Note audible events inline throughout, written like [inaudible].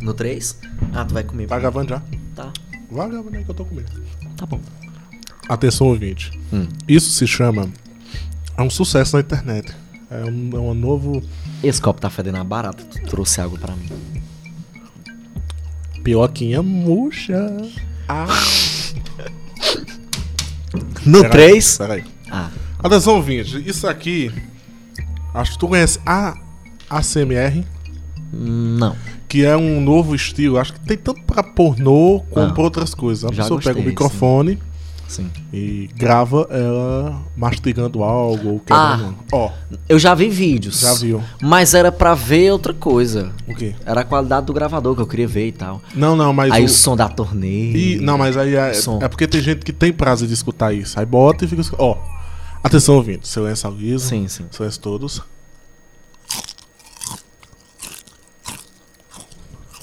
No 3? Ah, tu vai comer. Tá gravando já? Tá. Vai gravando aí que eu tô com medo. Tá bom. Atenção, ouvinte. Hum. Isso se chama. É um sucesso na internet. É um, é um novo. Esse copo tá fedendo a barata. Tu trouxe água pra mim. Pioquinha é murcha. No 3? Peraí. Ah. Atenção, ouvinte. Isso aqui. Acho que tu conhece a ACMR, Não. que é um novo estilo. Acho que tem tanto pra pornô como Ah, pra outras coisas. A já pessoa pega o gostei, microfone Sim. e grava ela mastigando algo ou Ah. quebrando. Ó, Eu já vi vídeos. já viu. Mas era pra ver outra coisa. O quê? Era a qualidade do gravador que eu queria ver e tal. Não, não, mas. aí o- o som da torneira. E, não, mas aí é, Som. é porque tem gente que tem prazer de escutar isso. Aí bota e fica. escu- Ó. Atenção, ouvinte. Silêncio aviso. Sim, sim. Silêncio todos.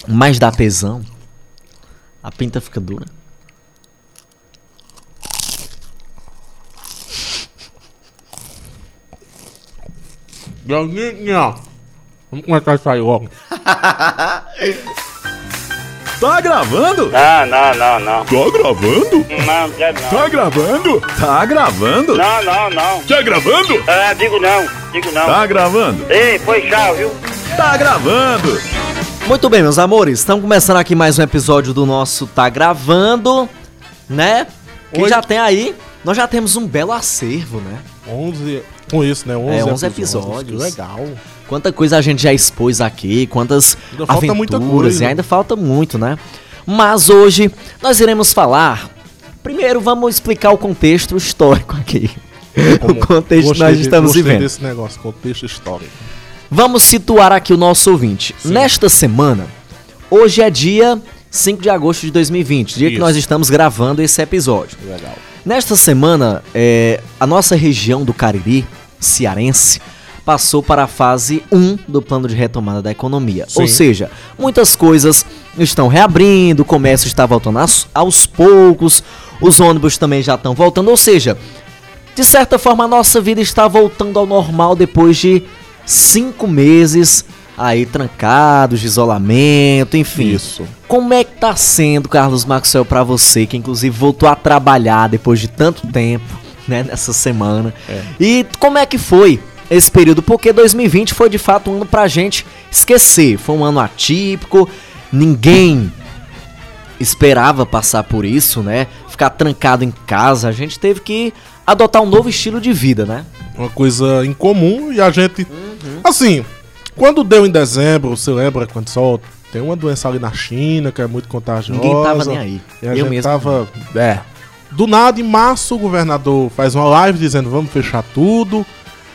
Mas dá tesão. A pinta fica dura. Galinha! Vamos começar isso aí logo. [laughs] Tá gravando? Não, não, não, não. Tá gravando? Não, quero não. Tá gravando? Tá gravando? Não, não, não. Tá gravando? Ah, digo não, digo não. Tá gravando? Ei, foi tchau, viu? Tá gravando? Muito bem, meus amores. Estamos começando aqui mais um episódio do nosso Tá Gravando, né? Quem Oi. já tem aí, nós já temos um belo acervo, né? 11. Com isso, né? 11, É, 11 Que episódios. legal. Quanta coisa a gente já expôs aqui, quantas Ainda falta aventuras muita coisa. e ainda falta muito, né? Mas hoje nós iremos falar. Primeiro vamos explicar o contexto histórico aqui. Como- [laughs] [laughs] o contexto que gostei nós de- estamos gostei vivendo. desse negócio, contexto histórico. Vamos situar aqui o nosso ouvinte. Nesta semana, hoje é dia 5 de agosto de 2020, dia que Isso. nós estamos gravando esse episódio. Legal. Nesta semana, é, a nossa região do Cariri, cearense, passou para a fase 1 do plano de retomada da economia. Sim. Ou seja, muitas coisas estão reabrindo, o comércio está voltando aos, aos poucos, os ônibus também já estão voltando. Ou seja, de certa forma, a nossa vida está voltando ao normal depois de cinco meses aí trancados, de isolamento, enfim. Isso. Como é que tá sendo, Carlos Maxwell, pra você, que inclusive voltou a trabalhar depois de tanto tempo, né, nessa semana? E como é que foi esse período? Porque 2020 foi de fato um ano pra gente esquecer. Foi um ano atípico, ninguém esperava passar por isso, né? Ficar trancado em casa, a gente teve que adotar um novo estilo de vida, né? Uma coisa incomum e a gente. Assim, quando deu em dezembro, você lembra quando só tem uma doença ali na China que é muito contagiosa. Ninguém tava nem aí. E a Eu gente mesmo. tava. É. Do nada, em março, o governador faz uma live dizendo vamos fechar tudo.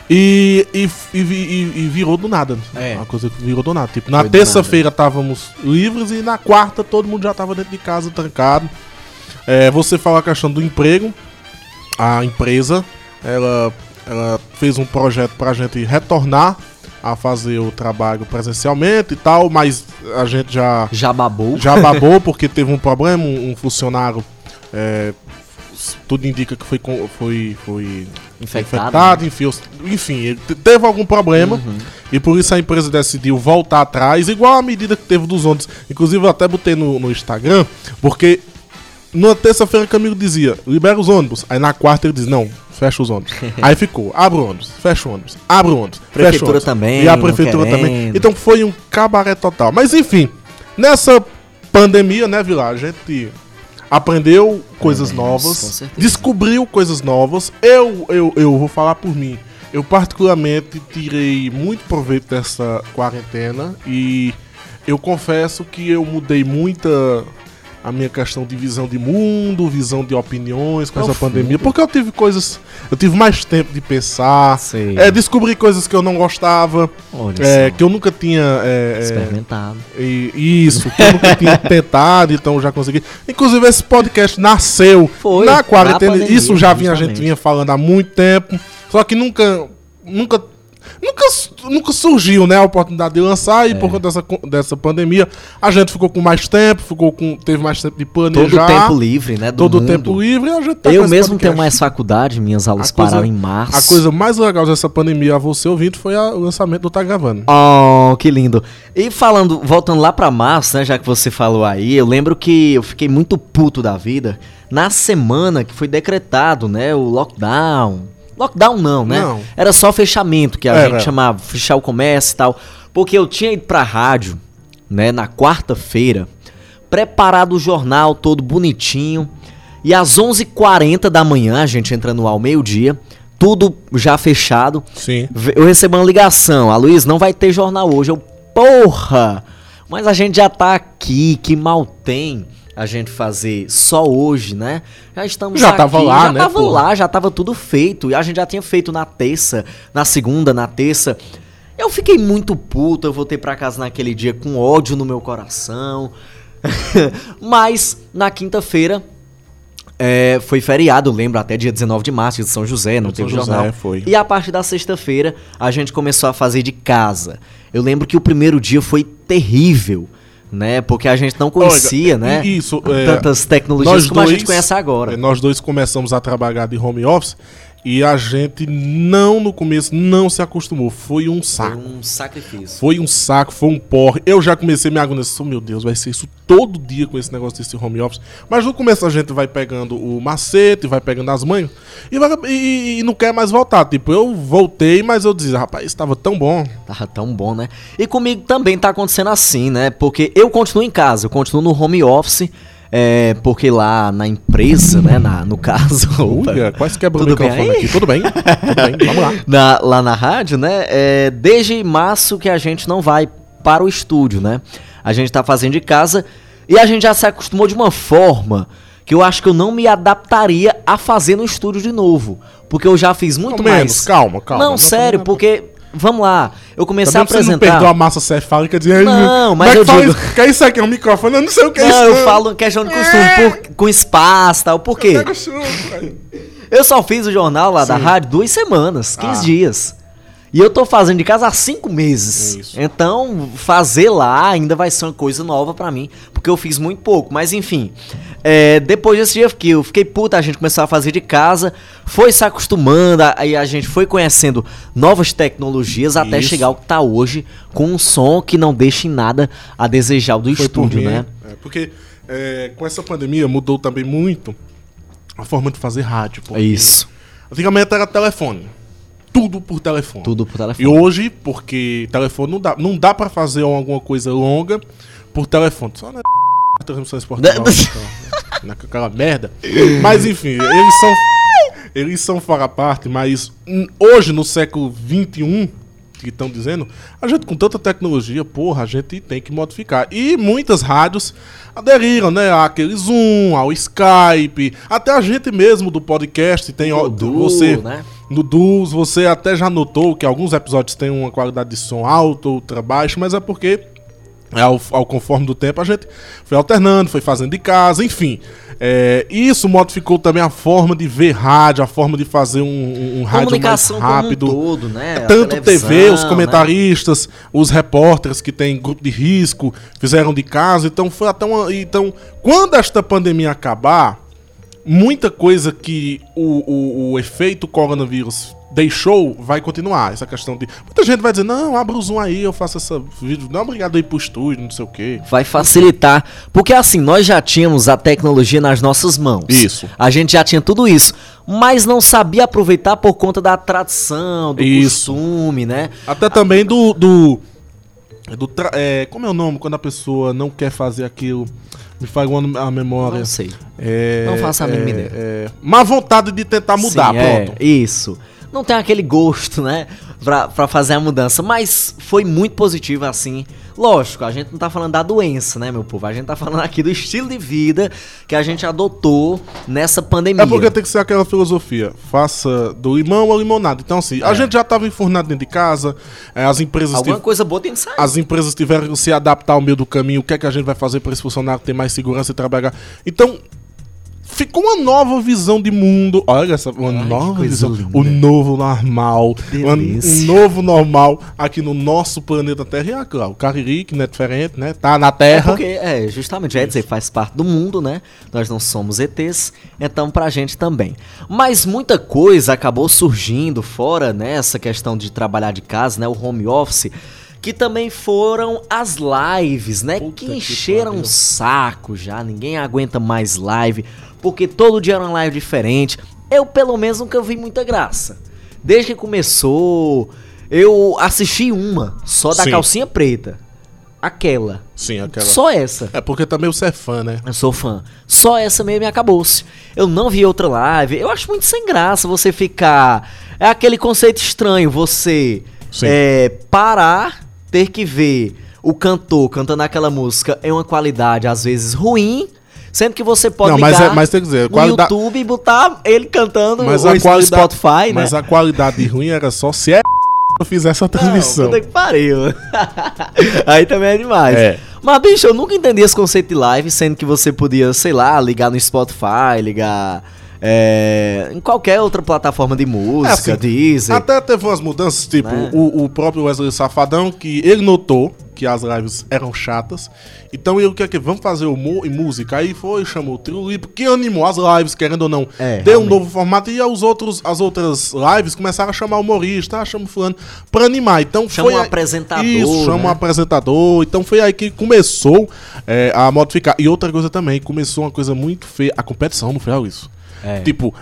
E, e, e, e- e virou do nada. É. Uma coisa que virou do nada. Tipo, na Foi do terça-feira estávamos livres e na quarta todo mundo já estava dentro de casa, trancado. É, você fala a questão do emprego. A empresa ela, ela fez um projeto pra gente retornar a fazer o trabalho presencialmente e tal, mas a gente já Já babou. já babou porque teve um problema, um, um funcionário. é, s- tudo indica que foi, com- foi, foi Infectado, né? Uhum. enfim, os- enfim, ele te- teve algum problema e por isso a empresa decidiu voltar atrás, igual a medida que teve dos ônibus. Inclusive, eu até botei no, no Instagram, porque numa terça-feira o Camilo dizia: libera os ônibus. Aí na quarta ele diz: não, fecha [laughs] os ônibus. Aí ficou: abre o ônibus, fecha o ônibus, abre o ônibus. fecha o Prefeitura ônibus. também, E a não prefeitura querendo. também. Então foi um cabaré total. Mas enfim, nessa pandemia, né, Vila? A gente aprendeu coisas com novas, certeza. descobriu coisas novas. Eu, eu, eu vou falar por mim. Eu particularmente tirei muito proveito dessa quarentena e eu confesso que eu mudei muita a minha questão de visão de mundo, visão de opiniões com essa Profundo. pandemia, porque eu tive coisas, eu tive mais tempo de pensar, Sei. é, descobri coisas que eu não gostava, Olha é, só, que eu nunca tinha é, é, experimentado. e- Isso, que eu nunca [laughs] tinha tentado, então já consegui. Inclusive, esse podcast nasceu Foi, na na quarentena. pandemia, isso já vinha, a gente justamente. vinha falando há muito tempo. Só que nunca. Nunca. Nunca, su- nunca surgiu, né, a oportunidade de É. lançar e por conta dessa, co- dessa pandemia, a gente ficou com mais tempo, ficou com, teve mais tempo de Todo planejar. tempo livre, né? Do Todo mundo. tempo livre, a gente tá com Eu esse mesmo podcast. tenho mais faculdade, minhas aulas A coisa- pararam em março. A coisa mais legal dessa pandemia a você ouvindo foi a- o lançamento do Tá Gravando. Oh, que lindo. E falando, voltando lá pra março, né, já que você falou aí, eu lembro que eu fiquei muito puto da vida na semana que foi decretado, né, o lockdown. Lockdown não, né? Não. Era só fechamento que a Era. gente chamava, fechar o comércio e tal. Porque eu tinha ido pra rádio, né, na quarta-feira, preparado o jornal todo bonitinho. E às 11h40 da manhã, a gente entra no ao meio-dia, tudo já fechado. Sim. Ve- Eu recebo uma ligação, a Luiz, não vai ter jornal hoje. Eu, porra! Mas a gente já tá aqui, que mal tem a gente fazer só hoje, né? Já estamos Já aqui, tava lá, já né, tava porra? lá, já tava tudo feito. E a gente já tinha feito na terça, na segunda, na terça. Eu fiquei muito puto, eu voltei pra casa naquele dia com ódio no meu coração. [laughs] Mas na quinta-feira é, foi feriado, eu lembro, até dia 19 de março, dia de São José, não São teve José, jornal. foi. E a partir da sexta-feira, a gente começou a fazer de casa. Eu lembro que o primeiro dia foi terrível, né? Porque a gente não conhecia, Olha, né? e Isso, é, tantas tecnologias nós como a gente dois- conhece agora. é, Nós dois começamos a trabalhar de home office e a gente não, no começo, não se acostumou. Foi um Foi saco. um sacrifício. Foi um saco, foi um porre. Eu já comecei a me agonizar. "Oh, Meu Deus, vai ser isso todo dia com esse negócio desse home office. Mas no começo a gente vai pegando o macete, vai pegando as manhas e, vai- e- e não quer mais voltar. Tipo, eu voltei, mas eu dizia, rapaz, estava tão bom. Tava tão bom, né? E comigo também tá acontecendo assim, né? Porque eu continuo em casa, eu continuo no home office, é, porque lá na empresa, né? Na, no caso. [laughs] opa. Olha, quase quebrou o Tudo bem microfone aí? aqui. Tudo bem, tudo bem, vamos [laughs] lá. na- lá na rádio, né? É, desde março que a gente não vai para o estúdio, né? A gente tá fazendo de casa e a gente já se acostumou de uma forma que eu acho que eu não me adaptaria a fazer no estúdio de novo. Porque eu já fiz muito menos, mais. calma, calma. Não, Não, sério, não, não. porque. Vamos lá, eu comecei Também a pra você não apresentar. perdeu a massa cefálica de... Não, mas Como é eu que fala digo- isso? Que é isso aqui? É um microfone? Eu não sei o que é isso. Não, eu falo questão de costume, por- com espaço e tal. Por quê? Pega o chão, cara. Eu só fiz o jornal lá da rádio duas Ah. semanas, 15 dias. E eu tô fazendo de casa há cinco meses. Isso. Então, fazer lá ainda vai ser uma coisa nova pra mim, porque eu fiz muito pouco. Mas enfim, é, depois desse dia que eu fiquei puta, a gente começou a fazer de casa, foi se acostumando, aí a gente foi conhecendo novas tecnologias até Isso. chegar ao que tá hoje, com um som que não deixa em nada a desejar o do Foi por estúdio, mim. né? É, porque é, com essa pandemia mudou também muito a forma de fazer rádio. porque É isso. Antigamente era telefone. Tudo por telefone. Tudo por telefone. E hoje, porque telefone não dá, não dá pra fazer alguma coisa longa por telefone. Só na [laughs] transmissão esportiva. então, Naquela merda. Mas enfim, eles são. Eles são fora parte, mas hum, hoje, no século XXI, que estão dizendo, a gente com tanta tecnologia, porra, a gente tem que modificar. E muitas rádios aderiram, né? Àquele Zoom, ao Skype, até a gente mesmo do podcast tem ó, Dudu, você né? no DUS, você até já notou que alguns episódios têm uma qualidade de som alta, outra baixa, mas é porque é, ao, ao conforme do tempo a gente foi alternando, foi fazendo de casa, enfim. É, isso modificou também a forma de ver rádio, a forma de fazer um, um, um rádio mais Comunicação rápido. É como um todo, né? A Tanto TV, os televisão, né? comentaristas, os repórteres que têm grupo de risco, fizeram de casa, então foi até uma. Então, quando esta pandemia acabar, muita coisa que o, o, o efeito coronavírus deixou vai continuar. Essa questão de. Muita gente vai dizer, não, abre o zoom aí, eu faço essa vídeo. Não, obrigado aí pro estúdio, não sei o quê. Vai facilitar. Porque assim, nós já tínhamos a tecnologia nas nossas mãos. Isso. A gente já tinha tudo isso. Mas não sabia aproveitar por conta da tradição, do Isso. costume, né? Até também do. do, do tra- é, como é o nome? Quando a pessoa não quer fazer aquilo. Me faz a memória. Não sei. É, Não faça a mínima é, ideia. é, má vontade de tentar mudar, Sim, é, pronto. isso. Não tem aquele gosto, né? Pra, pra fazer a mudança. Mas foi muito positivo, assim. Lógico, a gente não tá falando da doença, né, meu povo? A gente tá falando aqui do estilo de vida que a gente adotou nessa pandemia. É porque tem que ser aquela filosofia. Faça do limão a limonada. Então, assim, a gente já estava enfurnado dentro de casa, é, as empresas É. Alguma tiveram. coisa boa tem que sair. As empresas tiveram que se adaptar ao meio do caminho, o que é que a gente vai fazer para esse funcionário ter mais segurança e trabalhar. Então, Ficou uma nova visão de mundo. Olha essa uma que nova coisa visão. linda. O novo normal. Uma- um delícia. novo normal aqui no nosso planeta Terra. E ah, claro, o Cariri, que não é diferente, né? Tá na É Terra. porque, é, justamente, Ed faz parte do mundo, né? Nós não somos ETs, então pra gente também. Mas muita coisa acabou surgindo fora, né? Essa questão de trabalhar de casa, né? O home office, que também foram as lives, né? Puta que que encheram pariu. o saco já, ninguém aguenta mais live, porque todo dia era uma live diferente. Eu, pelo menos, nunca vi muita graça. Desde que começou, eu assisti uma, só da Sim. calcinha preta. Aquela. Sim, aquela. Só essa. É porque também você é fã, né? Eu sou fã. Só essa mesmo e acabou-se. Eu não vi outra live. Eu acho muito sem graça você ficar. É aquele conceito estranho, você Sim. é, parar, ter que ver o cantor cantando aquela música em uma qualidade às vezes ruim, sendo que você pode Não, ligar mas é- mas tem que dizer, no qualida- YouTube e botar ele cantando Mas ou a no qualidade, Spotify, mas né? a qualidade ruim era só se é [laughs] eu fizesse a transmissão. puta é que pariu. [laughs] Aí também é demais. É. Mas, bicho, eu nunca entendi esse conceito de live, sendo que você podia, sei lá, ligar no Spotify, ligar é, em qualquer outra plataforma de música, É, assim, Deezer. Até teve umas mudanças, tipo, Né? o, o próprio Wesley Safadão, que ele notou que as lives eram chatas. Então ele quer que vamos fazer humor e música. Aí foi, chamou o Trio Lipo, que animou as lives, querendo ou não. É, deu um realmente. novo formato e os outros, as outras lives começaram a chamar humorista, ah, chama fulano, pra animar. Então Chama foi um aí- apresentador, Isso, chama né? um apresentador. Então foi aí que começou é, a modificar. E outra coisa também, começou uma coisa muito feia. A competição, não foi algo isso? É. Tipo,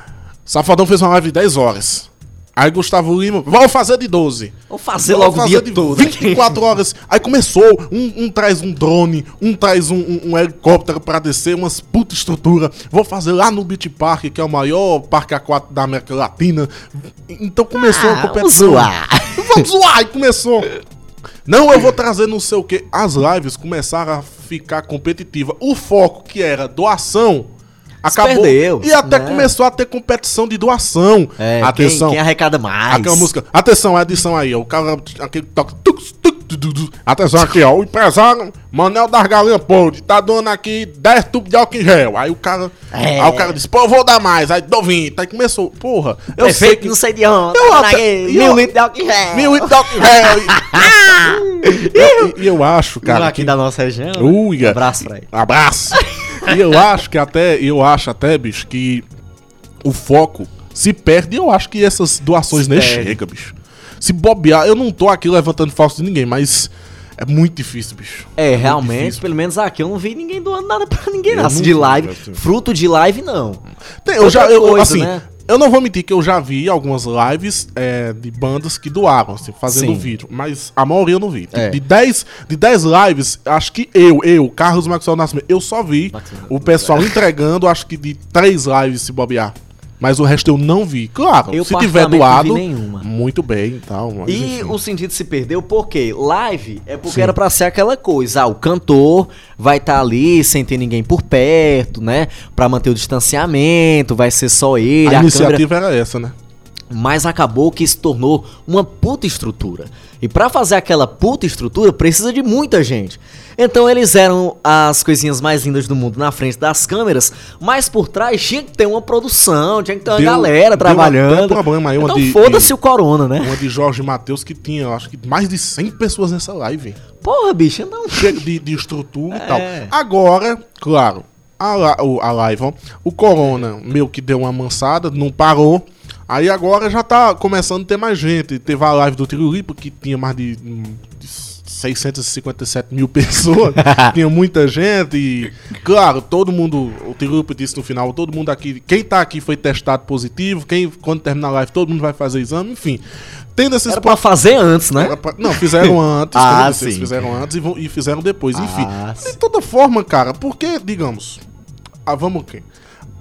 Safadão fez uma live de 10 horas. Aí Gustavo Lima, vamos fazer de 12. Vou fazer Vamos logo o dia de todo. 24 horas. Aí começou, um, um traz um drone, um traz um, um- um helicóptero pra descer, umas puta estrutura. Vou fazer lá no Beach Park, que é o maior parque aquático da América Latina. Então começou a Ah, vamos competição. zoar. Vamos zoar! E começou. Não, eu vou trazer não sei o que. As lives começaram a ficar competitiva. O foco que era doação acabou. perdeu, e até né? começou a ter competição de doação. É, Atenção. Quem, quem arrecada mais? Aquela música. Atenção, a edição aí, ó. O cara. Aquele toque. tux, tux, tu, tu, tu. Atenção aqui, ó. O empresário Manel das Galinhas Ponte tá dando aqui 10 tubos de álcool em gel. Aí o cara. É. Aí o cara disse, pô, eu vou dar mais. Aí dou 20. Aí começou. Porra, eu Prefeito, sei que. não sei de onde. Eu tá até- naquele e eu- Mil litros de álcool em gel. Mil e toque réu. [laughs] E- E- e eu acho, cara. Aqui que- da nossa região. né? Uia. Abraço pra ele. [laughs] Abraço. E eu acho que até, eu acho até, bicho, que o foco se perde. e Eu acho que essas doações Se nem perde. chega, bicho. Se bobear, eu não tô aqui levantando falso de ninguém, mas é muito difícil, bicho. É, muito realmente, difícil. pelo menos aqui eu não vi ninguém doando nada pra ninguém, Eu não. Assim, não de vi, live, assim. fruto de live, não. Tem, eu Outra já, eu, coisa, assim, né? eu não vou mentir que eu já vi algumas lives é, de bandas que doaram, assim, fazendo Sim. vídeo, mas a maioria eu não vi. Tipo, É. De 10 de 10 lives, acho que eu, eu, Carlos Maxwell Nascimento, eu só vi Maxwell. o pessoal entregando, acho que de 3 lives se bobear. Mas o resto eu não vi. Claro, Eu se tiver particularmente não vi doado, nenhuma. muito bem e tal. Mas, E enfim. o sentido se perdeu porque live é porque Sim. era pra ser aquela coisa, ah, o cantor vai estar ali sem ter ninguém por perto, né? Pra manter o distanciamento, vai ser só ele, a a, iniciativa câmera, era essa, né? mas acabou que se tornou uma puta estrutura. E pra fazer aquela puta estrutura precisa de muita gente. Então eles eram as coisinhas mais lindas do mundo na frente das câmeras, mas por trás tinha que ter uma produção, tinha que ter uma Deu- galera deu trabalhando. até problema aí, uma então de- foda-se de- o corona, né? Uma de Jorge Matheus que tinha, acho que mais de 100 pessoas nessa live. Porra, bicho, então não cheio de, de estrutura e tal. É. Agora, claro, a, la- o- a live, ó, o Corona meio que deu uma mansada, não parou. Aí agora já tá começando a ter mais gente. Teve a live do Tiriripa, que tinha mais de, hum, de 657 mil [laughs] pessoas. tinha muita gente. E, claro, todo mundo. O Tiriripa disse no final: todo mundo aqui. Quem tá aqui foi testado positivo. Quem, quando terminar a live, todo mundo vai fazer exame. Enfim. Tendo esses Era pra fazer antes, né? era pra- Não, fizeram [laughs] antes, Ah, como eu disse, eles sim. fizeram antes e, vão- e fizeram depois, enfim. Ah, sim. De toda forma, cara, porque, digamos, ah, vamos o quê?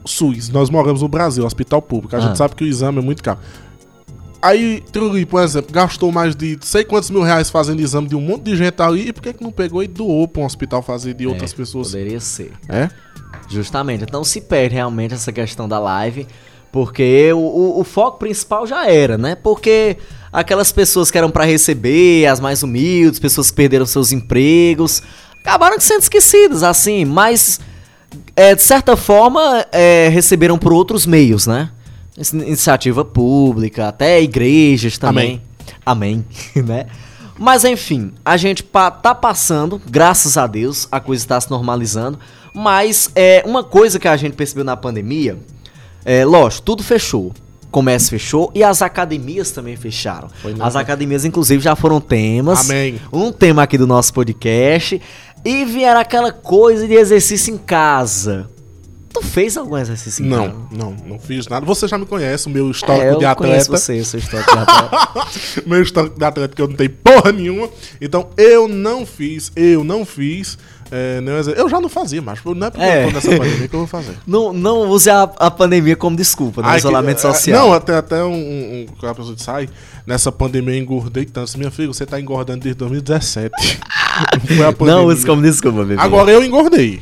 SUS, nós moramos no Brasil, hospital público, a Ah. gente sabe que o exame é muito caro. Aí, Truri, por exemplo, gastou mais de sei quantos mil reais fazendo exame de um monte de gente ali, e por que, que não pegou e doou pra um hospital fazer É, de outras pessoas? Poderia ser. É? Justamente. Então se perde realmente essa questão da live. Porque o, o- o foco principal já era, né? Porque aquelas pessoas que eram pra receber, as mais humildes, pessoas que perderam seus empregos, acabaram sendo esquecidas, assim. Mas é, de certa forma, é, receberam por outros meios, né? Esse- Iniciativa pública, até igrejas também. Amém. [laughs] né? Mas enfim, a gente pa- tá passando, graças a Deus, a coisa está se normalizando. Mas é uma coisa que a gente percebeu na pandemia, é, lógico, tudo fechou. Comércio fechou e as academias também fecharam. Foi nada. As academias, inclusive, já foram temas Amém. um tema aqui do nosso podcast e vier aquela coisa de exercício em casa. Tu fez algum exercício em casa? Não, não, não fiz nada. Você já me conhece, o meu É, histórico eu de conheço atleta. você, eu sou histórico de [laughs] atleta. meu histórico de atleta que eu não tenho porra nenhuma. Então eu não fiz, eu não fiz. é, nenhum exer- eu já não fazia, mas não é porque É. eu tô nessa pandemia que eu [laughs] vou fazer. não, não use a, a pandemia como desculpa, né? Ai, que- isolamento é, social. Não, até, até um, um, um- a pessoa sai. Nessa pandemia eu engordei tanto. Assim, Minha filha, você tá engordando desde 2017. [laughs] Foi a não pandemia. use como desculpa, bebê. Agora eu engordei.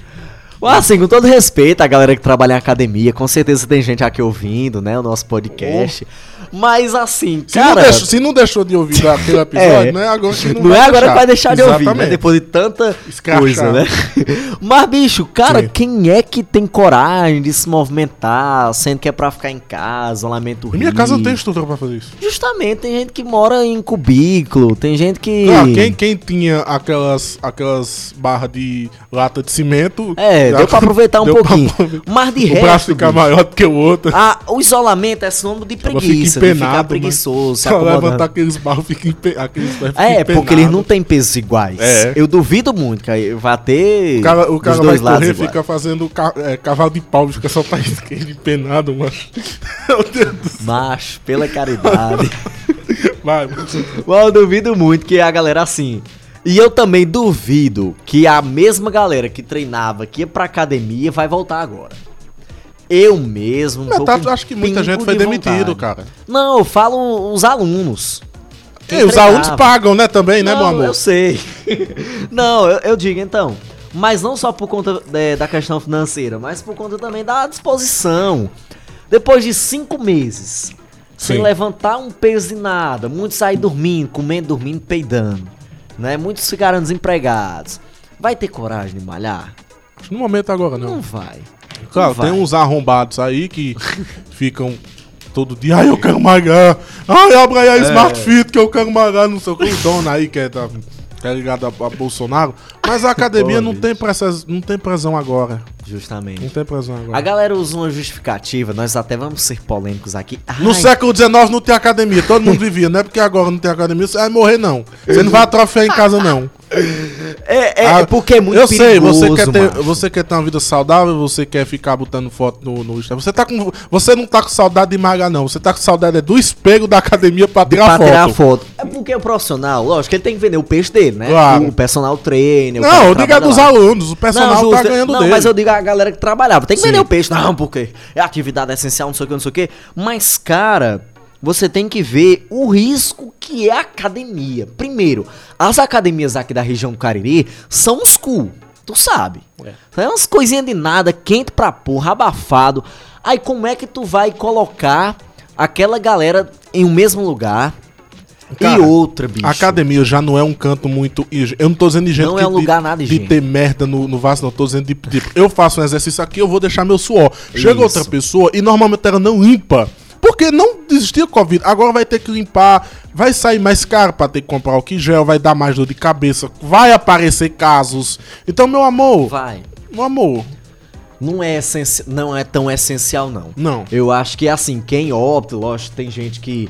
Mas, assim, com todo respeito à galera que trabalha em academia, com certeza tem gente aqui ouvindo, né? O nosso podcast. Mas assim, Oh. Se, não cara. deixou, se não deixou de ouvir aquele episódio, [laughs] É. né? Agora que Não, é agora que vai deixar de ouvir, né? Exatamente. Depois de tanta Escrachar. coisa, né? [laughs] Mas, bicho, cara, Sim. quem é que tem coragem de se movimentar, sendo que é pra ficar em casa, lamento Em minha casa não tem estrutura pra fazer isso. Justamente, tem gente que mora em cubículo, tem gente que... Claro, Ah, quem, quem tinha aquelas, aquelas barras de lata de cimento. É, deu pra aproveitar um [laughs] deu pra pouquinho. aproveitar. Mas de o braço resto, ficar bicho, maior do que o outro. ah, o isolamento é sinônimo de Ela preguiça, de ficar preguiçoso, se Só levantar acomodando. aqueles barros, fica empe... aqueles barros É, fica porque eles empenado. não têm pesos iguais. É. Eu duvido muito que vai ter O cara, o cara dos vai dois lados correr, iguais. fica fazendo ca- é, cavalo de pau, fica só pra [laughs] esquerda empenado, mano. [laughs] Meu Deus do céu. Mas, pela [laughs] caridade... Vai, mano. Mas eu duvido muito que a galera assim. E eu também duvido que a mesma galera que treinava, que ia pra academia, vai voltar agora. Eu mesmo. Mas tô tá- com acho que muita pingo gente foi um de demitido, vontade. cara. Não, eu falo os alunos. Quem E É, os treinava. alunos pagam, né, também, né, meu Não, amor? Eu sei. [laughs] não, eu, eu digo então. Mas não só por conta é, da questão financeira, mas por conta também da disposição. Depois de cinco meses, sem Sim. levantar um peso de nada, muitos saem dormindo, comendo, dormindo, peidando, né? Muitos ficaram desempregados. Vai ter coragem de malhar? No momento agora, Não, não. vai. Claro, vai. tem uns arrombados aí que [laughs] ficam todo dia, ai, eu quero malhar. Ai, abre aí a É. Smart Fit que eu quero malhar, não sei o que. O dono aí que é, da, que é ligado a, a Bolsonaro. [laughs] Mas a academia Pô, não, bicho. tem pressão, não tem pressão agora. Não Justamente. tem pressão agora. A galera usa uma justificativa, nós até vamos ser polêmicos aqui. No Ai, século XIX não tem academia, todo mundo vivia, não é porque agora não tem academia, você vai morrer não. Você não vai atrofiar em casa não. é, é, Ah, é porque é muito eu sei, perigoso, você quer, ter, macho. você quer ter uma vida saudável, você quer ficar botando foto no, no Instagram. Você, tá com, você não tá com saudade de magra não, você tá com saudade é do espelho da academia pra tirar pra foto. tirar a foto. É porque o profissional, lógico, ele tem que vender o peixe dele, né? Claro. O personal trainer. o cara Não, que eu digo é trabalha dos lá. alunos, o personal não, tá justo, ganhando não, dele. mas eu digo a galera que trabalhava. Tem que Sim. vender o peixe. Não, porque é atividade essencial, não sei o que, não sei o que. Mas, cara, você tem que ver o risco que é a academia. Primeiro, as academias aqui da região do Cariri são uns cu. Tu sabe. É umas coisinhas de nada, quente pra porra, abafado. Aí como é que tu vai colocar aquela galera em um mesmo lugar? e Cara, outra, bicho. A academia já não é um canto muito. higi- Eu não tô dizendo de gente Não que é um de- lugar nada de higiênico. ter merda no, no vaso, não. Tô dizendo de, de- eu faço um exercício aqui, eu vou deixar meu suor. Chega Isso. outra pessoa e normalmente ela não limpa. Porque não existia Covid. Agora vai ter que limpar, vai sair mais caro pra ter que comprar o que gel, vai dar mais dor de cabeça, vai aparecer casos. Então, meu amor, Vai. meu amor, Não é, essenci... não é tão essencial, não. não. Eu acho que, assim, quem opta, lógico, tem gente que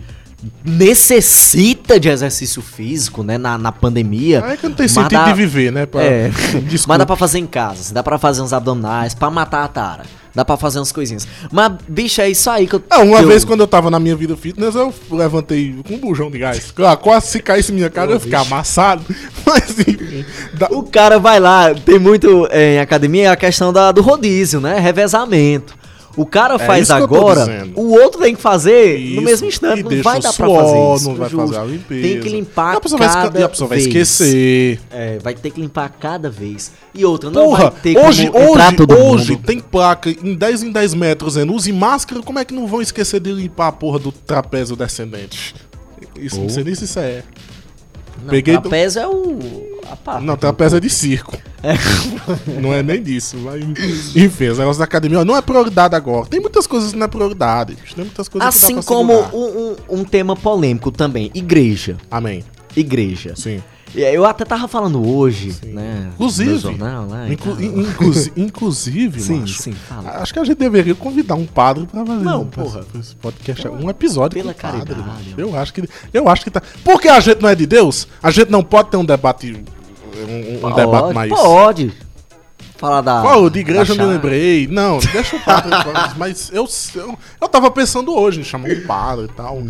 necessita de exercício físico, né, na, na pandemia. É que não tem mas sentido dá- de viver, né? pra- É. [laughs] [laughs] Desculpa. Mas dá pra fazer em casa, assim, dá pra fazer uns abdominais, pra matar a tara. Dá pra fazer umas coisinhas. Mas, bicho, é isso aí que eu... Ah, uma que eu- vez quando eu tava na minha vida fitness, eu levantei com um bujão de gás. Ah, Quase se caísse minha cara, eu ia ficar amassado. [laughs] Mas enfim. da- O cara vai lá, tem muito é, em academia a questão da, do rodízio, né? Revezamento. O cara faz É isso que eu tô agora, dizendo. o outro tem que fazer Isso, no mesmo instante. e Não deixa vai o dar pra suor, fazer isso. Não vai justo. fazer a limpeza. Tem que limpar E a pessoa vai, esca- cada e a pessoa vai vez. esquecer. É, vai ter que limpar cada vez. E outra, não Porra, vai ter hoje, como entrar hoje, todo hoje mundo. tem placa em 10 em 10 metros, dizendo, use máscara, como é que não vão esquecer de limpar a porra do trapézio descendente? Isso, Oh. não sei nem se isso é. Não, peguei do- trapézio é o... A pá. Ah, Não, trapézio é de circo. Não é nem disso, mas. Enfim, os negócios da academia ó, não é prioridade agora. Tem muitas coisas que não é prioridade. bicho. Tem muitas coisas que Assim dá pra como segurar. um, um- um tema polêmico também, igreja. Amém. Igreja. Sim. E aí Eu até tava falando hoje, né? Inclusive. no jornal, lá, e Inclu- tal. in- inclusi- [laughs] inclusive, Sim, macho, sim, fala. Acho que a gente deveria convidar um padre pra fazer Não, um, porra. pra esse podcast, um episódio Pela com padre, caridade, macho. ó. Eu acho que eu acho que tá. Porque a gente não é de Deus, a gente não pode ter um debate um, um debate Pode, mais. Pode. Falar da. Qual? De igreja eu da me chá- lembrei. Não, deixa o padre. falar, mas eu, eu, eu tava pensando hoje em chamar um padre e tal.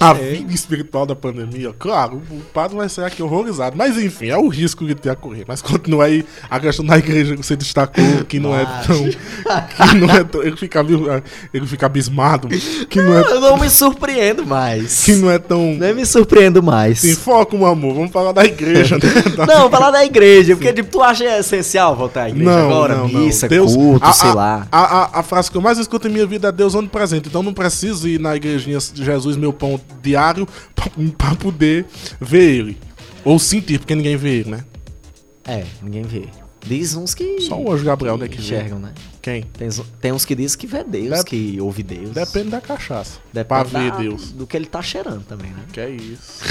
A é. vida espiritual da pandemia, claro, o padre vai sair aqui horrorizado. Mas enfim, é o risco que tem a correr. Mas continua aí a questão da igreja que você destacou, que não é tão. Que não é tão ele, fica, abis- ele fica abismado, que não é, Eu não me surpreendo mais. que não é tão. Nem me surpreendo Sem mais. foco, meu amor, vamos falar da igreja, né? Da- Não, falar da igreja, porque tipo, tu acha essencial voltar à igreja agora? missa, culto, a- sei a- lá. A, a- a frase que eu mais escuto em minha vida é Deus onipresente. Então não preciso ir na igrejinha de Jesus, meu pão diário, pra, pra poder ver ele. Ou sentir, porque ninguém vê ele, né? É, ninguém vê. Diz uns que. Só o anjo Gabriel, né, que vê. enxergam, né? Quem? Tem, uns- tem uns que dizem que vê Deus, Dep- que ouve Deus. Depende da cachaça. Depende pra ver da- Deus. Do que ele tá cheirando também, né? [laughs] Que é isso.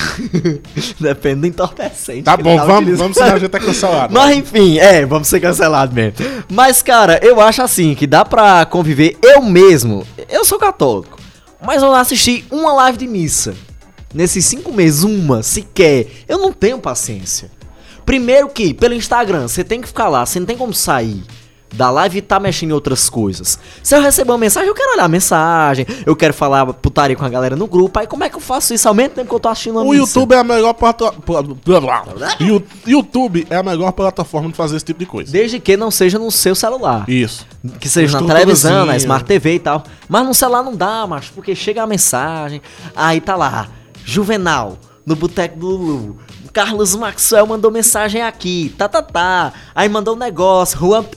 Depende do entorpecente. Tá que bom, ele vamos, utilizando. vamos, senão a gente tá cancelado. Mas enfim, é, vamos ser cancelados mesmo. Mas, cara, eu acho assim que dá pra conviver eu mesmo. Eu sou católico, mas eu não assisti uma live de missa. Nesses cinco meses, uma sequer. Eu não tenho paciência. Primeiro que, pelo Instagram, você tem que ficar lá, você não tem como sair da live e tá mexendo em outras coisas. Se eu receber uma mensagem, eu quero olhar a mensagem, eu quero falar putaria com a galera no grupo. Aí como é que eu faço isso ao mesmo tempo que eu tô assistindo uma O missa? YouTube é a melhor plataforma. YouTube é a melhor plataforma de fazer esse tipo de coisa. Desde que não seja no seu celular. Isso. Que seja na Estruturazinha. televisão, na Smart TV e tal. Mas no celular não dá, macho, porque chega a mensagem, aí tá lá, Juvenal, no Boteco do Lulu. Carlos Maxwell mandou mensagem aqui, tá, tá, tá. Aí mandou um negócio, Juan P...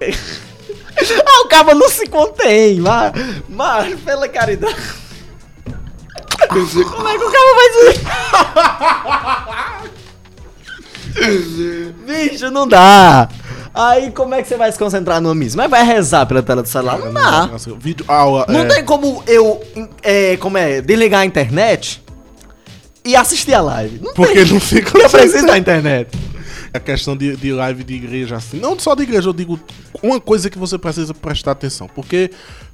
[laughs] ah, o cabo não se contém, mas, mas pela caridade. Como é que o cara [laughs] vai se... Bicho, não dá. Aí como é que você vai se concentrar numa missa? Mas vai rezar pela tela do celular? Não dá. Vídeo, aula, Não é, tem como eu, é, como é, desligar a internet e assistir a live. Não Porque tem. não fica [laughs] Eu preciso da internet. A questão de, de live de igreja, assim. Não só de igreja, eu digo uma coisa que você precisa prestar atenção. Porque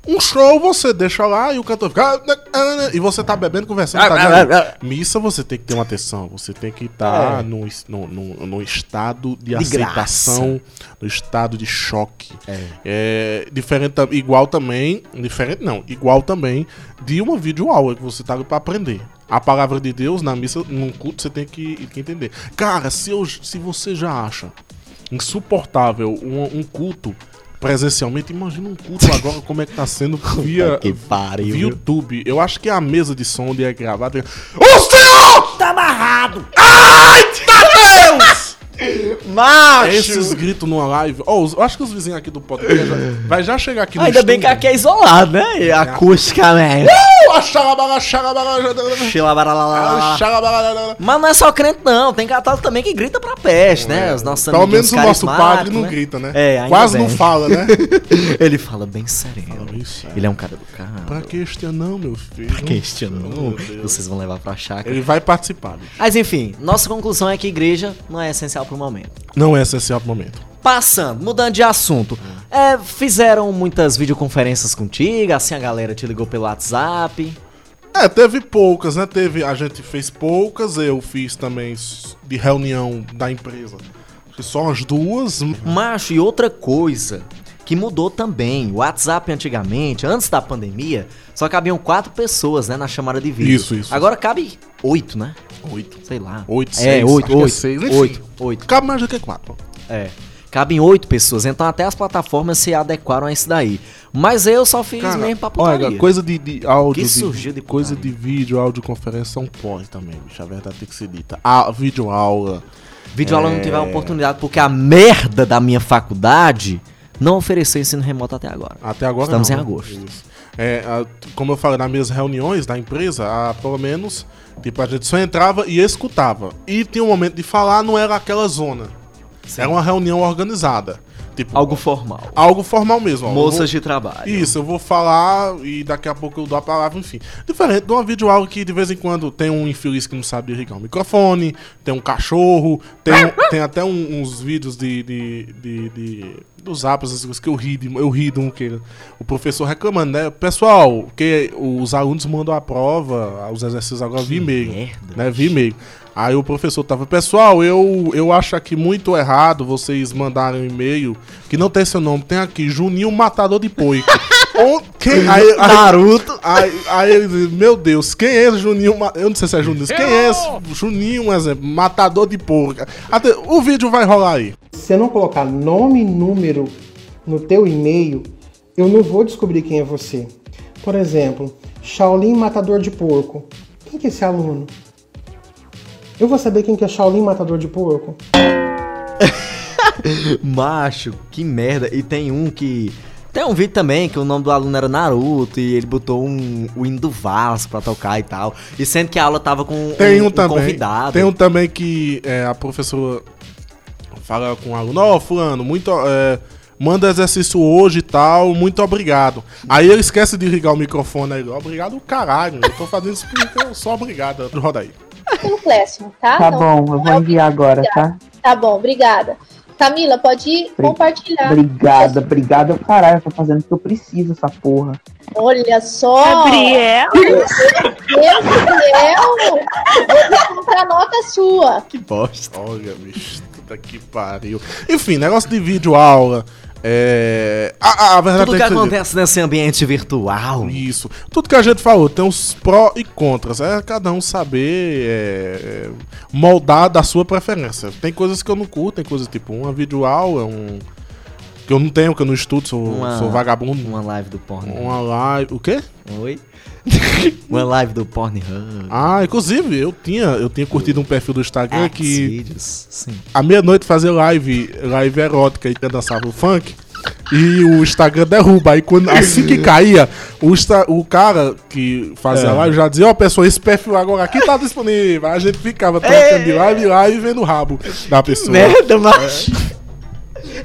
um show você deixa lá e o cantor fica. "Ah, ah, ah", E você tá bebendo, conversando. tá ganhando. Missa você tem que ter uma atenção. Você tem que estar É. num es- num no, estado de, graça. aceitação, no estado de choque. É. diferente, tam- igual também. Diferente não, igual também de uma videoaula que você tá ali pra aprender. A palavra de Deus na missa, num culto, você tem que, que entender. Cara, se, eu, se você já acha insuportável um, um culto presencialmente, imagina um [laughs] culto agora como é que tá sendo [laughs] via, que pariu, via viu? YouTube. Eu acho que é a mesa de som onde é gravado. O Senhor! Tá amarrado. Ai, tá Deus! Macho. Esses gritos numa live. Ó, os- eu acho que os vizinhos aqui do podcast já- vai já chegar aqui no Ainda bem que estúdio. aqui é isolado, né? E Acústica, né? Uh, xalabala, xalabala, xalabala, Ah. Xilabaralalala. xalabala. Mas não é só crente, não. Tem católico também que grita pra peste, né? Os nossos É. Pelo menos amiguinhos o nosso carismáticos, padre não grita, né? É, ainda Quase não bem. fala, [laughs] né? Ele fala bem sereno. Isso, é. Ele é um cara do carro. Pra questionar, não, meu filho. Pra questionou. Meu Deus. Vocês vão levar pra chácara. Ele vai participar. bicho. Mas enfim, nossa conclusão é que igreja não é essencial pro momento. Não é essencial pro momento. Passando, mudando de assunto. Hum. É, fizeram muitas videoconferências contigo, assim a galera te ligou pelo WhatsApp. É, teve poucas, né? Teve, a gente fez poucas, eu fiz também s- de reunião da empresa. Acho que Só as duas. Macho, e outra coisa que mudou também. O WhatsApp antigamente, antes da pandemia, só cabiam quatro pessoas, né, na chamada de vídeo. Isso, isso. Agora cabe oito, né? Oito. Sei lá. Oito, É, seis, acho oito, que é oito, seis, enfim. oito, oito. Cabe mais do que quatro. É. Cabem oito pessoas, então até as plataformas se adequaram a isso daí. Mas eu só fiz Cara, mesmo pra putaria. olha, coisa de, de áudio. Que surgiu de Coisa de putaria. vídeo, audioconferência são pós também, bicho. A verdade tem que ser dita. A videoaula. Videoaula É. não tiver a oportunidade porque a merda da minha faculdade não ofereceu ensino remoto até agora. Até agora Estamos não, em né? agosto. Isso. É, a- como eu falei, nas minhas reuniões da empresa, a, pelo menos, tipo, a gente só entrava e escutava. E tinha um momento de falar, não era aquela zona. Era uma reunião organizada. Tipo, Algo formal. algo formal mesmo. ó. Moças Eu de trabalho. vou- Isso, eu vou falar e daqui a pouco eu dou a palavra, enfim. Diferente de uma videoaula que de vez em quando tem um infeliz que não sabe ligar o microfone, tem um cachorro, tem, tem até um- uns vídeos de, de, de, de- dos apps, essas coisas que eu ri, de- eu ri de um que o professor reclamando, né? Pessoal, que os alunos mandam a prova, os exercícios agora via e-mail. merda, né? Via e-mail. Aí o professor tava, pessoal, eu, eu acho aqui muito errado vocês mandarem um e-mail que não tem seu nome, tem aqui, Juninho Matador [laughs] de Poico. Ou quem- aí, aí- Naruto. Aí, aí ele diz, meu Deus, quem é esse Juninho? Ma- Eu não sei se é Juninho, quem é esse Juninho, um exemplo, matador de porca. Até- o vídeo vai rolar aí. se eu não colocar nome e número no teu e-mail, eu não vou descobrir quem é você. Por exemplo, Shaolin Matador de Porco. Quem que é esse aluno? Eu vou saber quem que é Shaolin Matador de Porco? Macho, que merda. E tem um que. Tem um vídeo também que o nome do aluno era Naruto e ele botou um, o hino do Vasco pra tocar e tal. E sendo que a aula tava com Tem um, também. convidado. Tem um também que é, a professora fala com o aluno, ó, fulano, muito. é, manda exercício hoje e tal, muito obrigado. Aí ele esquece de ligar o microfone aí, obrigado caralho. Eu tô fazendo isso porque eu sou obrigado. Roda aí. pelo Clécio, tá? Tá Não- bom, eu vou enviar agora, tá? Tá bom, obrigada. Camila, pode compartilhar. Obrigada, obrigada, caralho, eu tô fazendo o que eu preciso, essa porra. Olha só! Gabriel, Meu Deus! Vou comprar nota sua. Que bosta. Olha, bicho, puta que pariu. Enfim, negócio de vídeo aula. É. A, a- a verdade Tudo que é que você acontece nesse ambiente virtual. Isso. Tudo que a gente falou, tem os pró e contras. É cada um saber é, é, moldar da sua preferência. Tem coisas que eu não curto, tem coisas tipo uma videoaula, um. Que eu não tenho, que eu não estudo, sou, Uma- sou vagabundo. Uma live do Pornhub. Uma live. O quê? Oi? [laughs] Uma live do Pornhub. Ah, inclusive, eu tinha, eu tinha curtido um perfil do Instagram que. Xvideos, Ah, Sim. à meia-noite fazer live, live erótica e dançava o funk. E o Instagram derruba. Aí quando, assim que caía, o, Insta- o cara que É. fazia live já dizia, ó pessoal, esse perfil agora aqui tá disponível. Aí a gente ficava trocando de live em live e vendo o rabo da pessoa. Merda, macho. [laughs]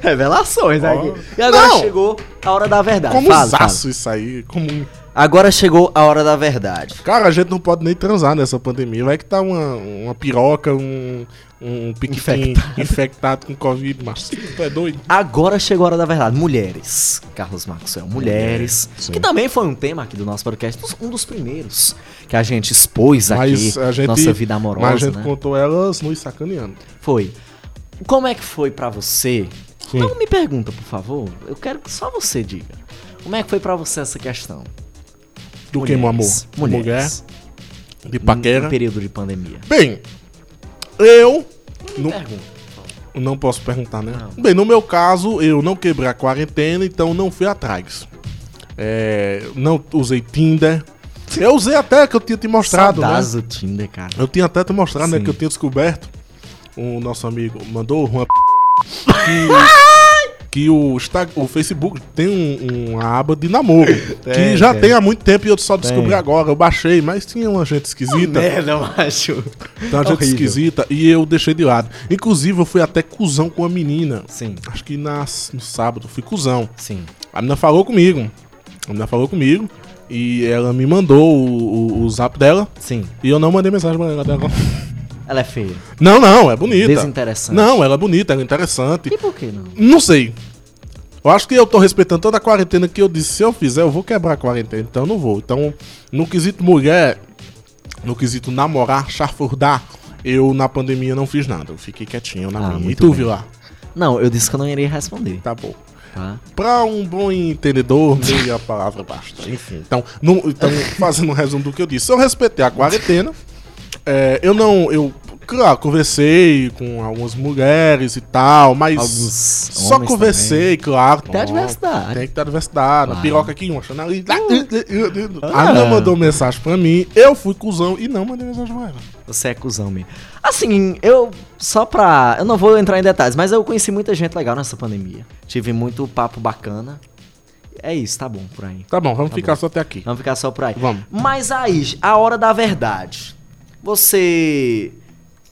Revelações, né? Ó. E agora Não. chegou a hora da verdade. Como Fala, zaço isso aí. Como... um, fala. Agora chegou a hora da verdade. Cara, a gente não pode nem transar nessa pandemia. Vai que tá uma, uma piroca, um, um piquitinho infectado. com Covid, mas tu é doido. Agora chegou a hora da verdade. Mulheres. Carlos Maxwell, mulheres. sim. que também foi um tema aqui do nosso podcast, um dos primeiros que a gente expôs aqui. Mas a gente, nossa vida mas a amorosa, gente né? contou elas nos sacaneando. Foi. Como é que foi pra você? Sim. Não me pergunta, por favor. Eu quero que só você diga. Como é que foi pra você essa questão? Do que, meu amor? Mulheres. Mulher, de No paquera. período de pandemia. Bem, eu Me não, pergunta. não posso perguntar, né? Bem, no meu caso, eu não quebrei a quarentena, então não fui atrás. É, não usei Tinder. Eu usei até que eu tinha te mostrado, né? Saudades do Tinder, cara. Eu tinha até te mostrado, né? Sim. Que eu tinha descoberto. O nosso amigo mandou uma p... [laughs] que, que o, Insta- o Facebook tem um- uma aba de namoro. que já tem. tem. há muito tempo e eu só descobri agora. Eu baixei, mas tinha uma gente esquisita. Merda, macho. Tá uma gente Horrível. esquisita e eu deixei de lado. Inclusive, eu fui até cuzão com a menina. Sim, Acho que nas, no sábado, fui cuzão. sim. A menina falou comigo. A menina falou comigo. E ela me mandou o, o, o zap dela. Sim. E eu não mandei mensagem pra ela. dela. Ela é feia. Não, não, é bonita. Desinteressante. Não, ela é bonita, ela é interessante. E por que não? Não sei. Eu acho que eu tô respeitando toda a quarentena que eu disse. Se eu fizer, eu vou quebrar a quarentena. Então eu não vou. Então, no quesito mulher, no quesito namorar, charfurdar, eu na pandemia não fiz nada. Eu fiquei quietinho na Ah, minha. E muito tu bem. viu lá? Não, eu disse que eu não iria responder, Tá bom. tá? Pra um bom entendedor, meia [laughs] palavra basta. Enfim. Então, não- então, fazendo um resumo do que eu disse, eu respeitei a quarentena. é, eu não. Eu, claro, conversei com algumas mulheres e tal, mas. Alguns Só homens conversei, claro. Tem a Ó, diversidade. Tem que ter a Claro. Uh. diversidade. Ah. Uma piroca aqui, uma chana ali. A Ana mandou mensagem pra mim, eu fui cuzão e não mandei mensagem pra ela. Você é cuzão mesmo. Assim, eu. Só pra. Eu não vou entrar em detalhes, mas eu conheci muita gente legal nessa pandemia. Tive muito papo bacana. É isso, tá bom por aí. Tá bom, vamos Tá ficar bom. só até aqui. Vamos ficar só por aí. Vamos. Mas aí, a hora da verdade. Você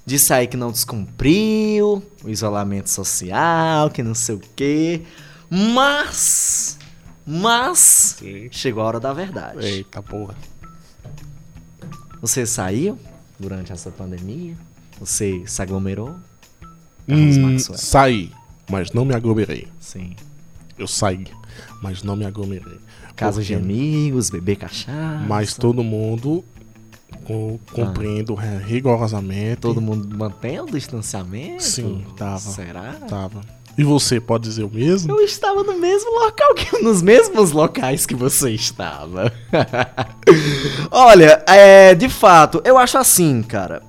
Disse aí que não descumpriu o isolamento social, que não sei o quê. Mas. Mas. Sim. Chegou a hora da verdade. Eita porra. Você saiu durante essa pandemia? Você se aglomerou? Carlos Hum, Maxwell. saí, mas não me aglomerei. Sim. Eu saí, mas não me aglomerei. Casa Porque- de amigos, beber cachaça. Mas todo mundo co- cumprindo re- rigorosamente. Ah. Todo mundo mantém o distanciamento? Sim, tava. Será? tava. E você pode dizer o mesmo? Eu estava no mesmo local que nos mesmos locais que você estava. [laughs] Olha, é, de fato, eu acho assim, cara.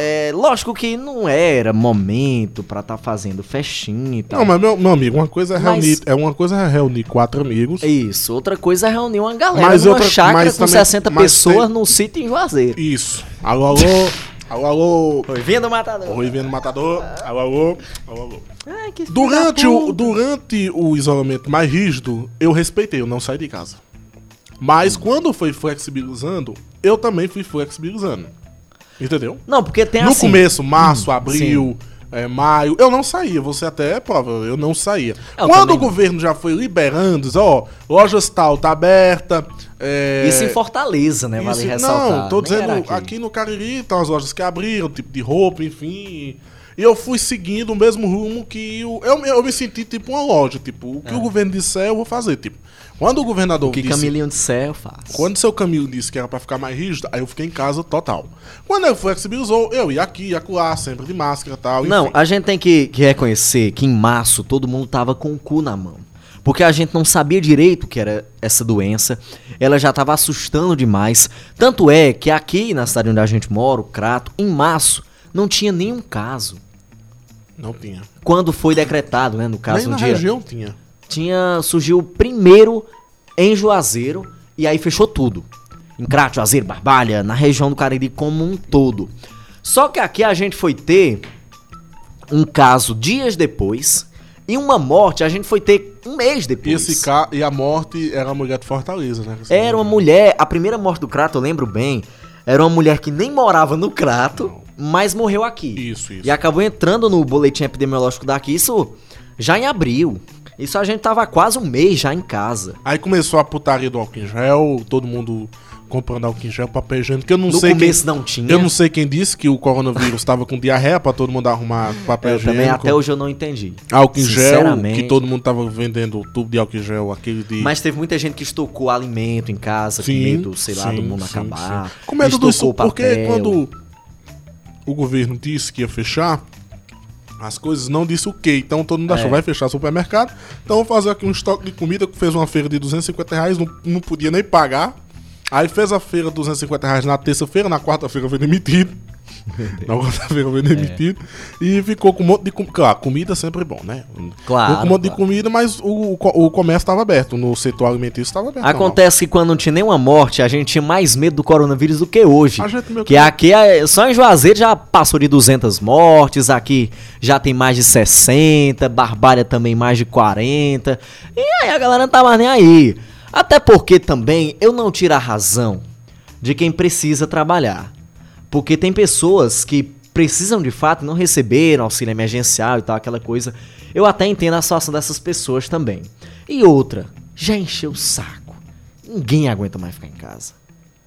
É, lógico que não era momento pra estar fazendo festinha e tal. Não, mas meu, meu amigo, uma coisa é Mas- reunir, é uma coisa é reunir quatro amigos. Isso, outra coisa é reunir uma galera Mas numa outra- chácara mas com também- 60 mas pessoas tem- num sítio em Juazeiro. Isso. Alô, alô. alô, alô. Oi, vindo, matador. Rui Vendo Matador. Alô, alô. Alô, alô. Ai, que filho Durante da o, puta. durante o isolamento mais rígido, eu respeitei, eu não saí de casa. Mas quando foi flexibilizando, eu também fui flexibilizando. Entendeu? Não, porque tem no assim... começo, março, abril, eh, maio, eu não saía. Você até é prova, eu não saía. Eu Quando também o governo já foi liberando, diz, ó, lojas tal tá aberta. eh, Isso em Fortaleza, né? Vale isso- ressaltar. Não, tô Nem dizendo era aqui. no Cariri, tem umas lojas que abriram, tipo de roupa, enfim. E eu fui seguindo o mesmo rumo que o. Eu, eu me senti tipo uma loja, tipo, o que o governo disser, eu vou fazer. Tipo, quando o governador É. Que disse. camelinho de céu faz. Quando seu Camilo disse que era pra ficar mais rígido, aí eu fiquei em casa total. Quando ele flexibilizou, eu ia aqui, ia acolá, sempre de máscara e tal. Não, enfim. a gente tem que, que reconhecer que em março todo mundo tava com o cu na mão. Porque a gente não sabia direito o que era essa doença. Ela já tava assustando demais. Tanto é que aqui na cidade onde a gente mora, o Crato, em março, não tinha nenhum caso. Não tinha. Quando foi decretado, né? No caso, Nem um na dia. região tinha. tinha surgiu o primeiro em Juazeiro e aí fechou tudo. Em Crato, Juazeiro, Barbalha, na região do Cariri como um todo. Só que aqui a gente foi ter um caso dias depois e uma morte a gente foi ter um mês E, depois. esse ca... e a morte era a mulher de Fortaleza, né? Era uma mulher, a primeira morte do Crato, eu lembro bem, era uma mulher que nem morava no Crato, mas morreu aqui. Isso, isso. E acabou entrando no boletim epidemiológico daqui, isso já em abril. Isso a gente tava há quase um mês já em casa. Aí começou a putaria do álcool em gel, todo mundo comprando álcool em gel, papel higiênico, que eu não No sei começo né? quem... não tinha. Eu não sei quem disse que o coronavírus tava com diarreia pra todo mundo arrumar papel Eu higiênico. também até hoje eu não entendi. Álcool em gel, Sinceramente. que todo mundo tava vendendo tubo de álcool em gel, aquele de... Mas teve muita gente que estocou alimento em casa, com medo, sei lá, do mundo sim, acabar. sim. Com medo do Estocou isso, porque papel. quando o governo disse que ia fechar, as coisas não disse o quê. Então todo mundo É. achou, vai fechar supermercado. Então vou fazer aqui um estoque de comida que fez uma feira de 250 reais, não, não podia nem pagar. Aí fez a feira de 250 reais na terça-feira, na quarta-feira [laughs] foi demitido. Na quarta-feira foi demitido. É. E ficou com um monte de comida. Claro, comida sempre é bom, né? Claro, Ficou com um monte de Ah, claro. comida, mas o, o co- o comércio estava aberto. No setor alimentício estava aberto. normal. Acontece que quando não tinha nenhuma morte, a gente tinha mais medo do coronavírus do que hoje. A gente meio Que que- aqui, é- só em Juazeiro já passou de 200 mortes, aqui já tem mais de 60, Barbária também mais de 40. E aí a galera não tá mais nem aí. Até porque também eu não tiro a razão de quem precisa trabalhar. Porque tem pessoas que precisam de fato e não receberam auxílio emergencial e tal, aquela coisa. Eu até entendo a situação dessas pessoas também. E outra, já encheu o saco. Ninguém aguenta mais ficar em casa.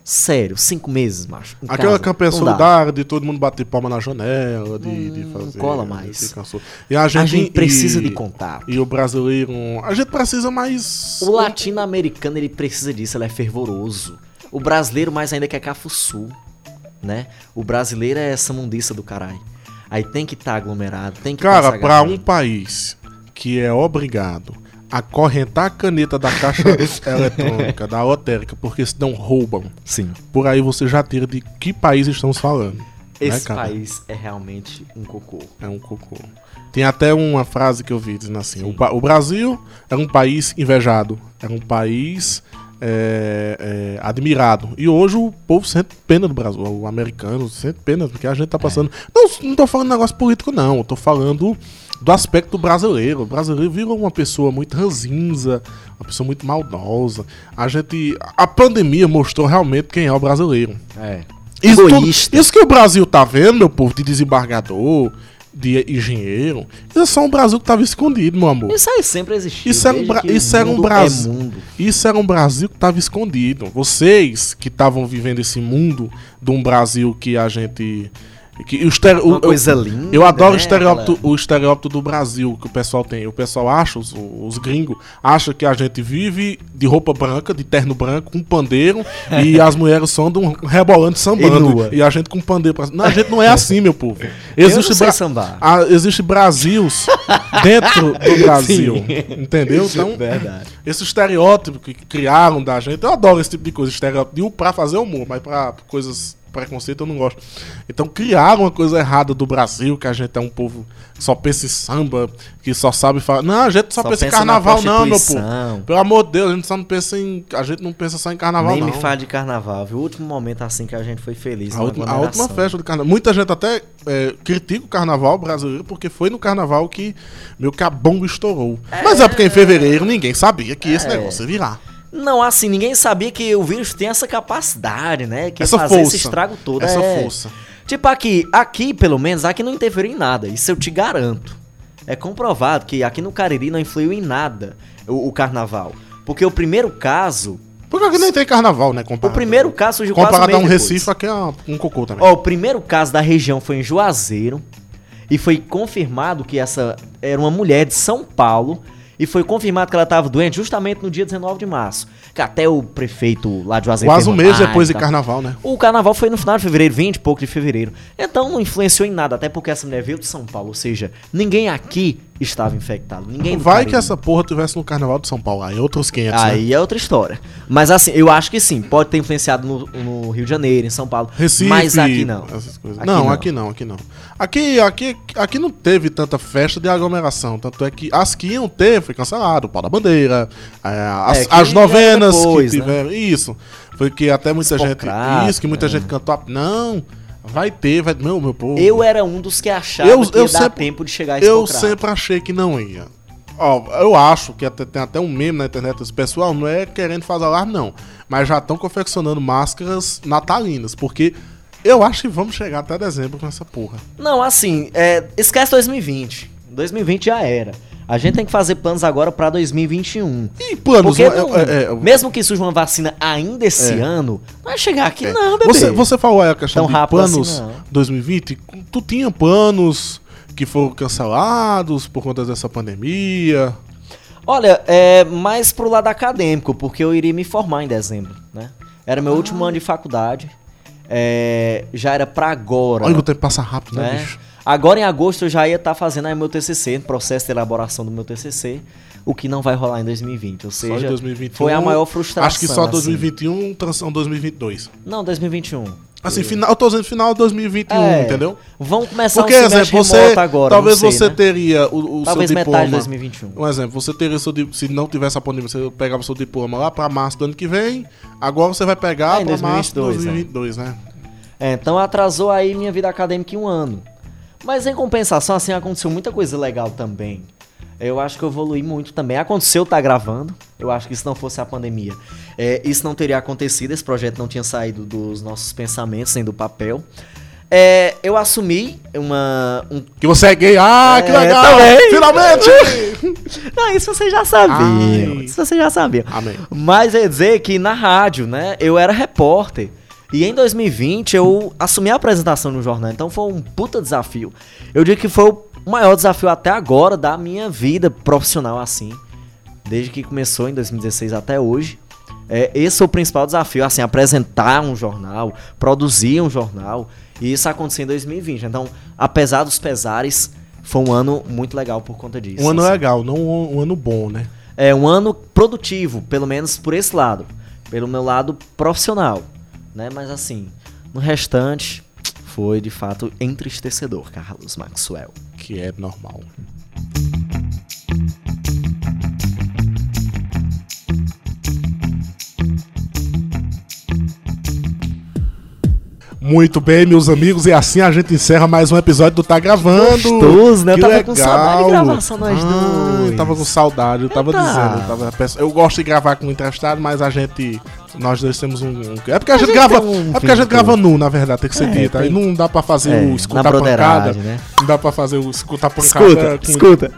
Sério, cinco meses, macho. em Aquela casa, campanha não dá. Hum, solidária de todo mundo bater palma na janela, de, de Não fazer. cola mais. de canção. E a gente, A gente precisa e- de contato. E o brasileiro. A gente precisa mais. O latino-americano, ele precisa disso, ele é fervoroso. O brasileiro mais ainda que é cafuçu, né? O brasileiro é essa mundiça do caralho. Aí tem que estar aglomerado, tem que tá Cara, se pra agarrando. um país que é obrigado a correntar a caneta da [laughs] caixa eletrônica, da lotérica, porque senão roubam. Sim. Por aí você já tira de que país estamos falando. né, Esse cara? país é realmente um cocô. É um cocô. Tem até uma frase que eu vi dizendo assim: o, pa- o Brasil era um país invejado, era um país é, é, admirado. E hoje o povo sente pena do Brasil, o americano sente pena, porque a gente tá passando. Não, não tô falando negócio político, não. Eu tô falando do aspecto brasileiro. O brasileiro virou uma pessoa muito ranzinza, uma pessoa muito maldosa. A gente. A pandemia mostrou realmente quem é o brasileiro. É. Isso, tudo- Egoísta. isso que o Brasil tá vendo, meu povo, de desembargador, de engenheiro, isso é só um Brasil que tava escondido, meu amor. Isso aí sempre existiu. Isso era um, Veja Bra- que isso era um mundo é Brasil. mundo. isso era um Brasil que estava escondido. Vocês que estavam vivendo esse mundo de um Brasil que a gente. Que o estere- Uma o- coisa eu, linda, Hum, Eu adoro né, o, estereótipo, aquela- o estereótipo do Brasil que o pessoal tem. O pessoal acha, os, os gringos, acha que a gente vive de roupa branca, de terno branco, com pandeiro, [laughs] e as mulheres só andam rebolando, sambando. nua. E, a gente com pandeiro pra... Não, a gente não é assim, meu povo. Eu não sei sambar. Ah, existe Brasils [laughs] dentro do Brasil. Entendeu? Então, Verdade. esse estereótipo que criaram da gente, eu adoro esse tipo de coisa, estereótipo de pra fazer humor, mas pra coisas preconceito eu não gosto. Então criaram uma coisa errada do Brasil, que a gente é um povo que só pensa em samba, que só sabe falar. Não, a gente só, Só pensa em pensa na carnaval, não, meu prostituição. povo. Pelo amor de Deus, a gente só não pensa em. A gente não pensa só em carnaval, Nem não. me fala de carnaval, viu? O último momento assim que a gente foi feliz. A numa última, a aglomeração. última festa do carnaval. Muita gente até é, critica o carnaval brasileiro porque foi no carnaval que meu cabombo estourou. Mas é porque em fevereiro ninguém sabia que É. esse negócio ia virar. Não, assim, ninguém sabia que o vírus tem essa capacidade, né? Que Essa fazer força. esse estrago todo. Essa é. força. Tipo aqui, aqui pelo menos, aqui não interferiu em nada. Isso eu te garanto. É comprovado que aqui no Cariri não influiu em nada o, o carnaval. Porque o primeiro caso. Porque aqui nem tem carnaval, né? O Comparado. primeiro caso surgiu quase um Comparado mês a um depois. Recife, aqui é uma- um cocô também. Ó, o primeiro caso da região foi em Juazeiro. E foi confirmado que essa era uma mulher de São Paulo. E foi confirmado que ela estava doente justamente no dia 19 de março. Que até o prefeito lá de Juazeiro. Quase um teve mês mais depois e de tal. carnaval, né? O carnaval foi no final de fevereiro, 20 e pouco de fevereiro. Então não influenciou em nada, até porque essa mulher veio de São Paulo. Ou seja, ninguém aqui estava infectado. Ninguém do Vai Cariri. que essa porra tivesse no carnaval de São Paulo. Aí outros 500, né? Aí é outra história. Mas assim, eu acho que sim, pode ter influenciado no, no Rio de Janeiro, em São Paulo. Recife, mas aqui não. essas coisas. Aqui não, não. aqui não, aqui não. Aqui, aqui, aqui não teve tanta festa de aglomeração, tanto é que as que iam ter foi cancelado, o pau da bandeira, é, as, que as novenas vieram depois, né? que tiveram, isso. Foi que até muita Espocrata. gente, isso que muita gente cantou, a- não, vai ter, vai, não, meu povo. Eu era um dos que achava Eu- que eu ia dar sempre- tempo de chegar a Eu Espocrata. sempre achei que não ia. Ó, eu acho que até, tem até um meme na internet desse pessoal, não é querendo fazer alarme, não. Mas já estão confeccionando máscaras natalinas, porque eu acho que vamos chegar até dezembro com essa porra. Não, assim, é, esquece 2020. 2020 já era. A gente tem que fazer planos agora pra 2021. E planos, Porque né? é- não- é- é- um. mesmo que surja uma vacina ainda esse ano, não vai chegar aqui é. não, bebê. você, você falou aí a questão Tão de rápido assim, planos não. 2020, tu tinha planos que foram cancelados por conta dessa pandemia. Olha, é mais pro lado acadêmico, porque eu iria me formar em dezembro, né? Era meu Ah. último ano de faculdade. É, já era pra agora. Olha que o tempo passa rápido, né, né? bicho? Agora em agosto eu já ia estar fazendo aí meu TCC, processo de elaboração do meu TCC, o que não vai rolar em 2020, ou seja, só em 2021. foi a maior frustração. Acho que só assim. 2021, transição 2022. Não, 2021. Assim, final, eu tô dizendo final de 2021, É, entendeu? Vão começar Porque, um exemplo, semestre você, remoto agora, talvez não sei, você né? teria o, o Talvez seu metade diploma. de 2021. Um exemplo, você teria seu di- se não tivesse a pandemia, você pegava seu diploma lá pra março do ano que vem. Agora você vai pegar É, em pra março de 2022, né? 2022, né? É, então atrasou aí minha vida acadêmica em um ano. Mas em compensação, assim, aconteceu muita coisa legal também. Eu acho que eu evoluí muito também. Aconteceu, tá gravando. Eu acho que se não fosse a pandemia, é, isso não teria acontecido. Esse projeto não tinha saído dos nossos pensamentos, nem do papel. É, eu assumi uma. Um... Que você é gay. Ah, que É, legal! também. [laughs] Finalmente! Ah, isso vocês já sabiam. Ai. Isso vocês já sabiam. Amém. Mas é dizer que na rádio, né, eu era repórter. E em 2020 eu assumi a apresentação no jornal, então foi um puta desafio. Eu digo que foi o maior desafio até agora da minha vida profissional assim, desde que começou em 2016 até hoje. É, esse é o principal desafio, assim, apresentar um jornal, produzir um jornal, e isso aconteceu em 2020. Então, apesar dos pesares, foi um ano muito legal por conta disso. Um ano assim. legal, não um, um ano bom, né? É um ano produtivo, pelo menos por esse lado. Pelo meu lado profissional, né? Mas assim, no restante, foi de fato entristecedor, Carlos Maxwell. Que é normal. Muito bem, meus amigos, e assim a gente encerra mais um episódio do Tá Gravando. Gostoso, né? Eu Que tava com saudade de legal. gravar só nós Ah, Eu dois. tava com saudade, eu tava tava. dizendo. Eu, tava- eu gosto de gravar com o entrevistado, mas a gente Nós dois temos um. um- É porque a, gente grava. tem um é porque a vídeo gente grava nu, na verdade, tem que ser É, dito. Aí tem- não dá pra fazer É, o na escutar pancada. broderagem, né? Não dá pra fazer o escutar pancada. Escuta, com- escuta.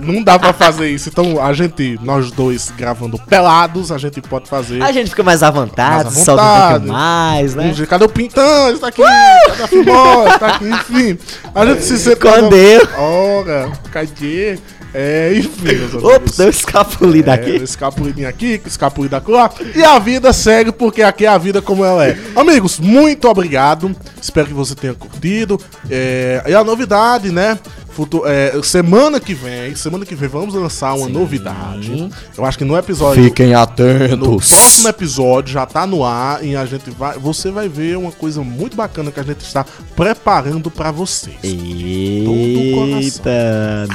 Não dá pra fazer isso. Então a gente, nós dois gravando pelados, a gente pode fazer. A gente fica mais à vontade, Mais à solta um vontade. pouquinho mais, né? Um dia, Cadê o Pintão? Ele tá Uh! aqui. Cadê a Fimose? Tá aqui, enfim. A gente se senta. Escondeu. Ora, cadê? É, enfim. meus Ops, amigos. deu escapulido É, aqui. escapulidinha aqui, escapulida lá. E a vida segue, porque aqui é a vida como ela é. Amigos, muito obrigado. Espero que você tenha curtido. É, e a novidade, né? Futu- é, semana que vem, semana que vem, vamos lançar uma novidade. Eu acho que no episódio. No atentos. próximo episódio já tá no ar e a gente vai. Você vai ver uma coisa muito bacana que a gente está preparando pra vocês. Eita,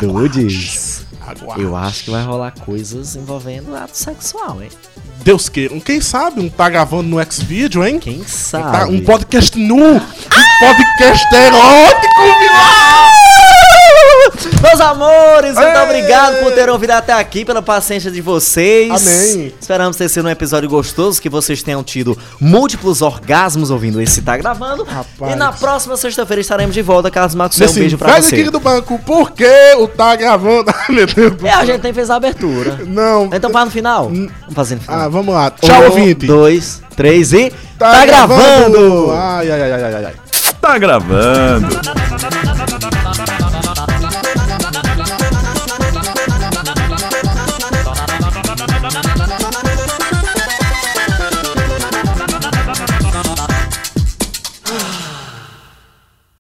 dudes. Aguarde. Eu acho que vai rolar coisas envolvendo ato sexual, hein? Deus queira. Quem sabe um tá gravando no X-Video, hein? Quem Um tá- sabe? um podcast nu! Um podcast erótico, Milagre! Meus amores, muito Ei! obrigado por terem ouvido até aqui, pela paciência de vocês. Amém. Esperamos ter sido um episódio gostoso, que vocês tenham tido múltiplos orgasmos ouvindo esse Tá Gravando. Rapaz. E na próxima sexta-feira estaremos de volta, Carlos Marcos. Um Nesse beijo pra velho você. aqui Assim, do banco, por que o tá gravando? [laughs] Ai, meu Deus do É, a gente nem fez a abertura. Não. Então vai no final? Hum. Vamos fazer no final. Ah, vamos lá. Tchau, um, ouvinte. dois, três e... Tá, gravando! Ai, ai, ai, ai, ai, ai. Tá gravando. Tá gravando.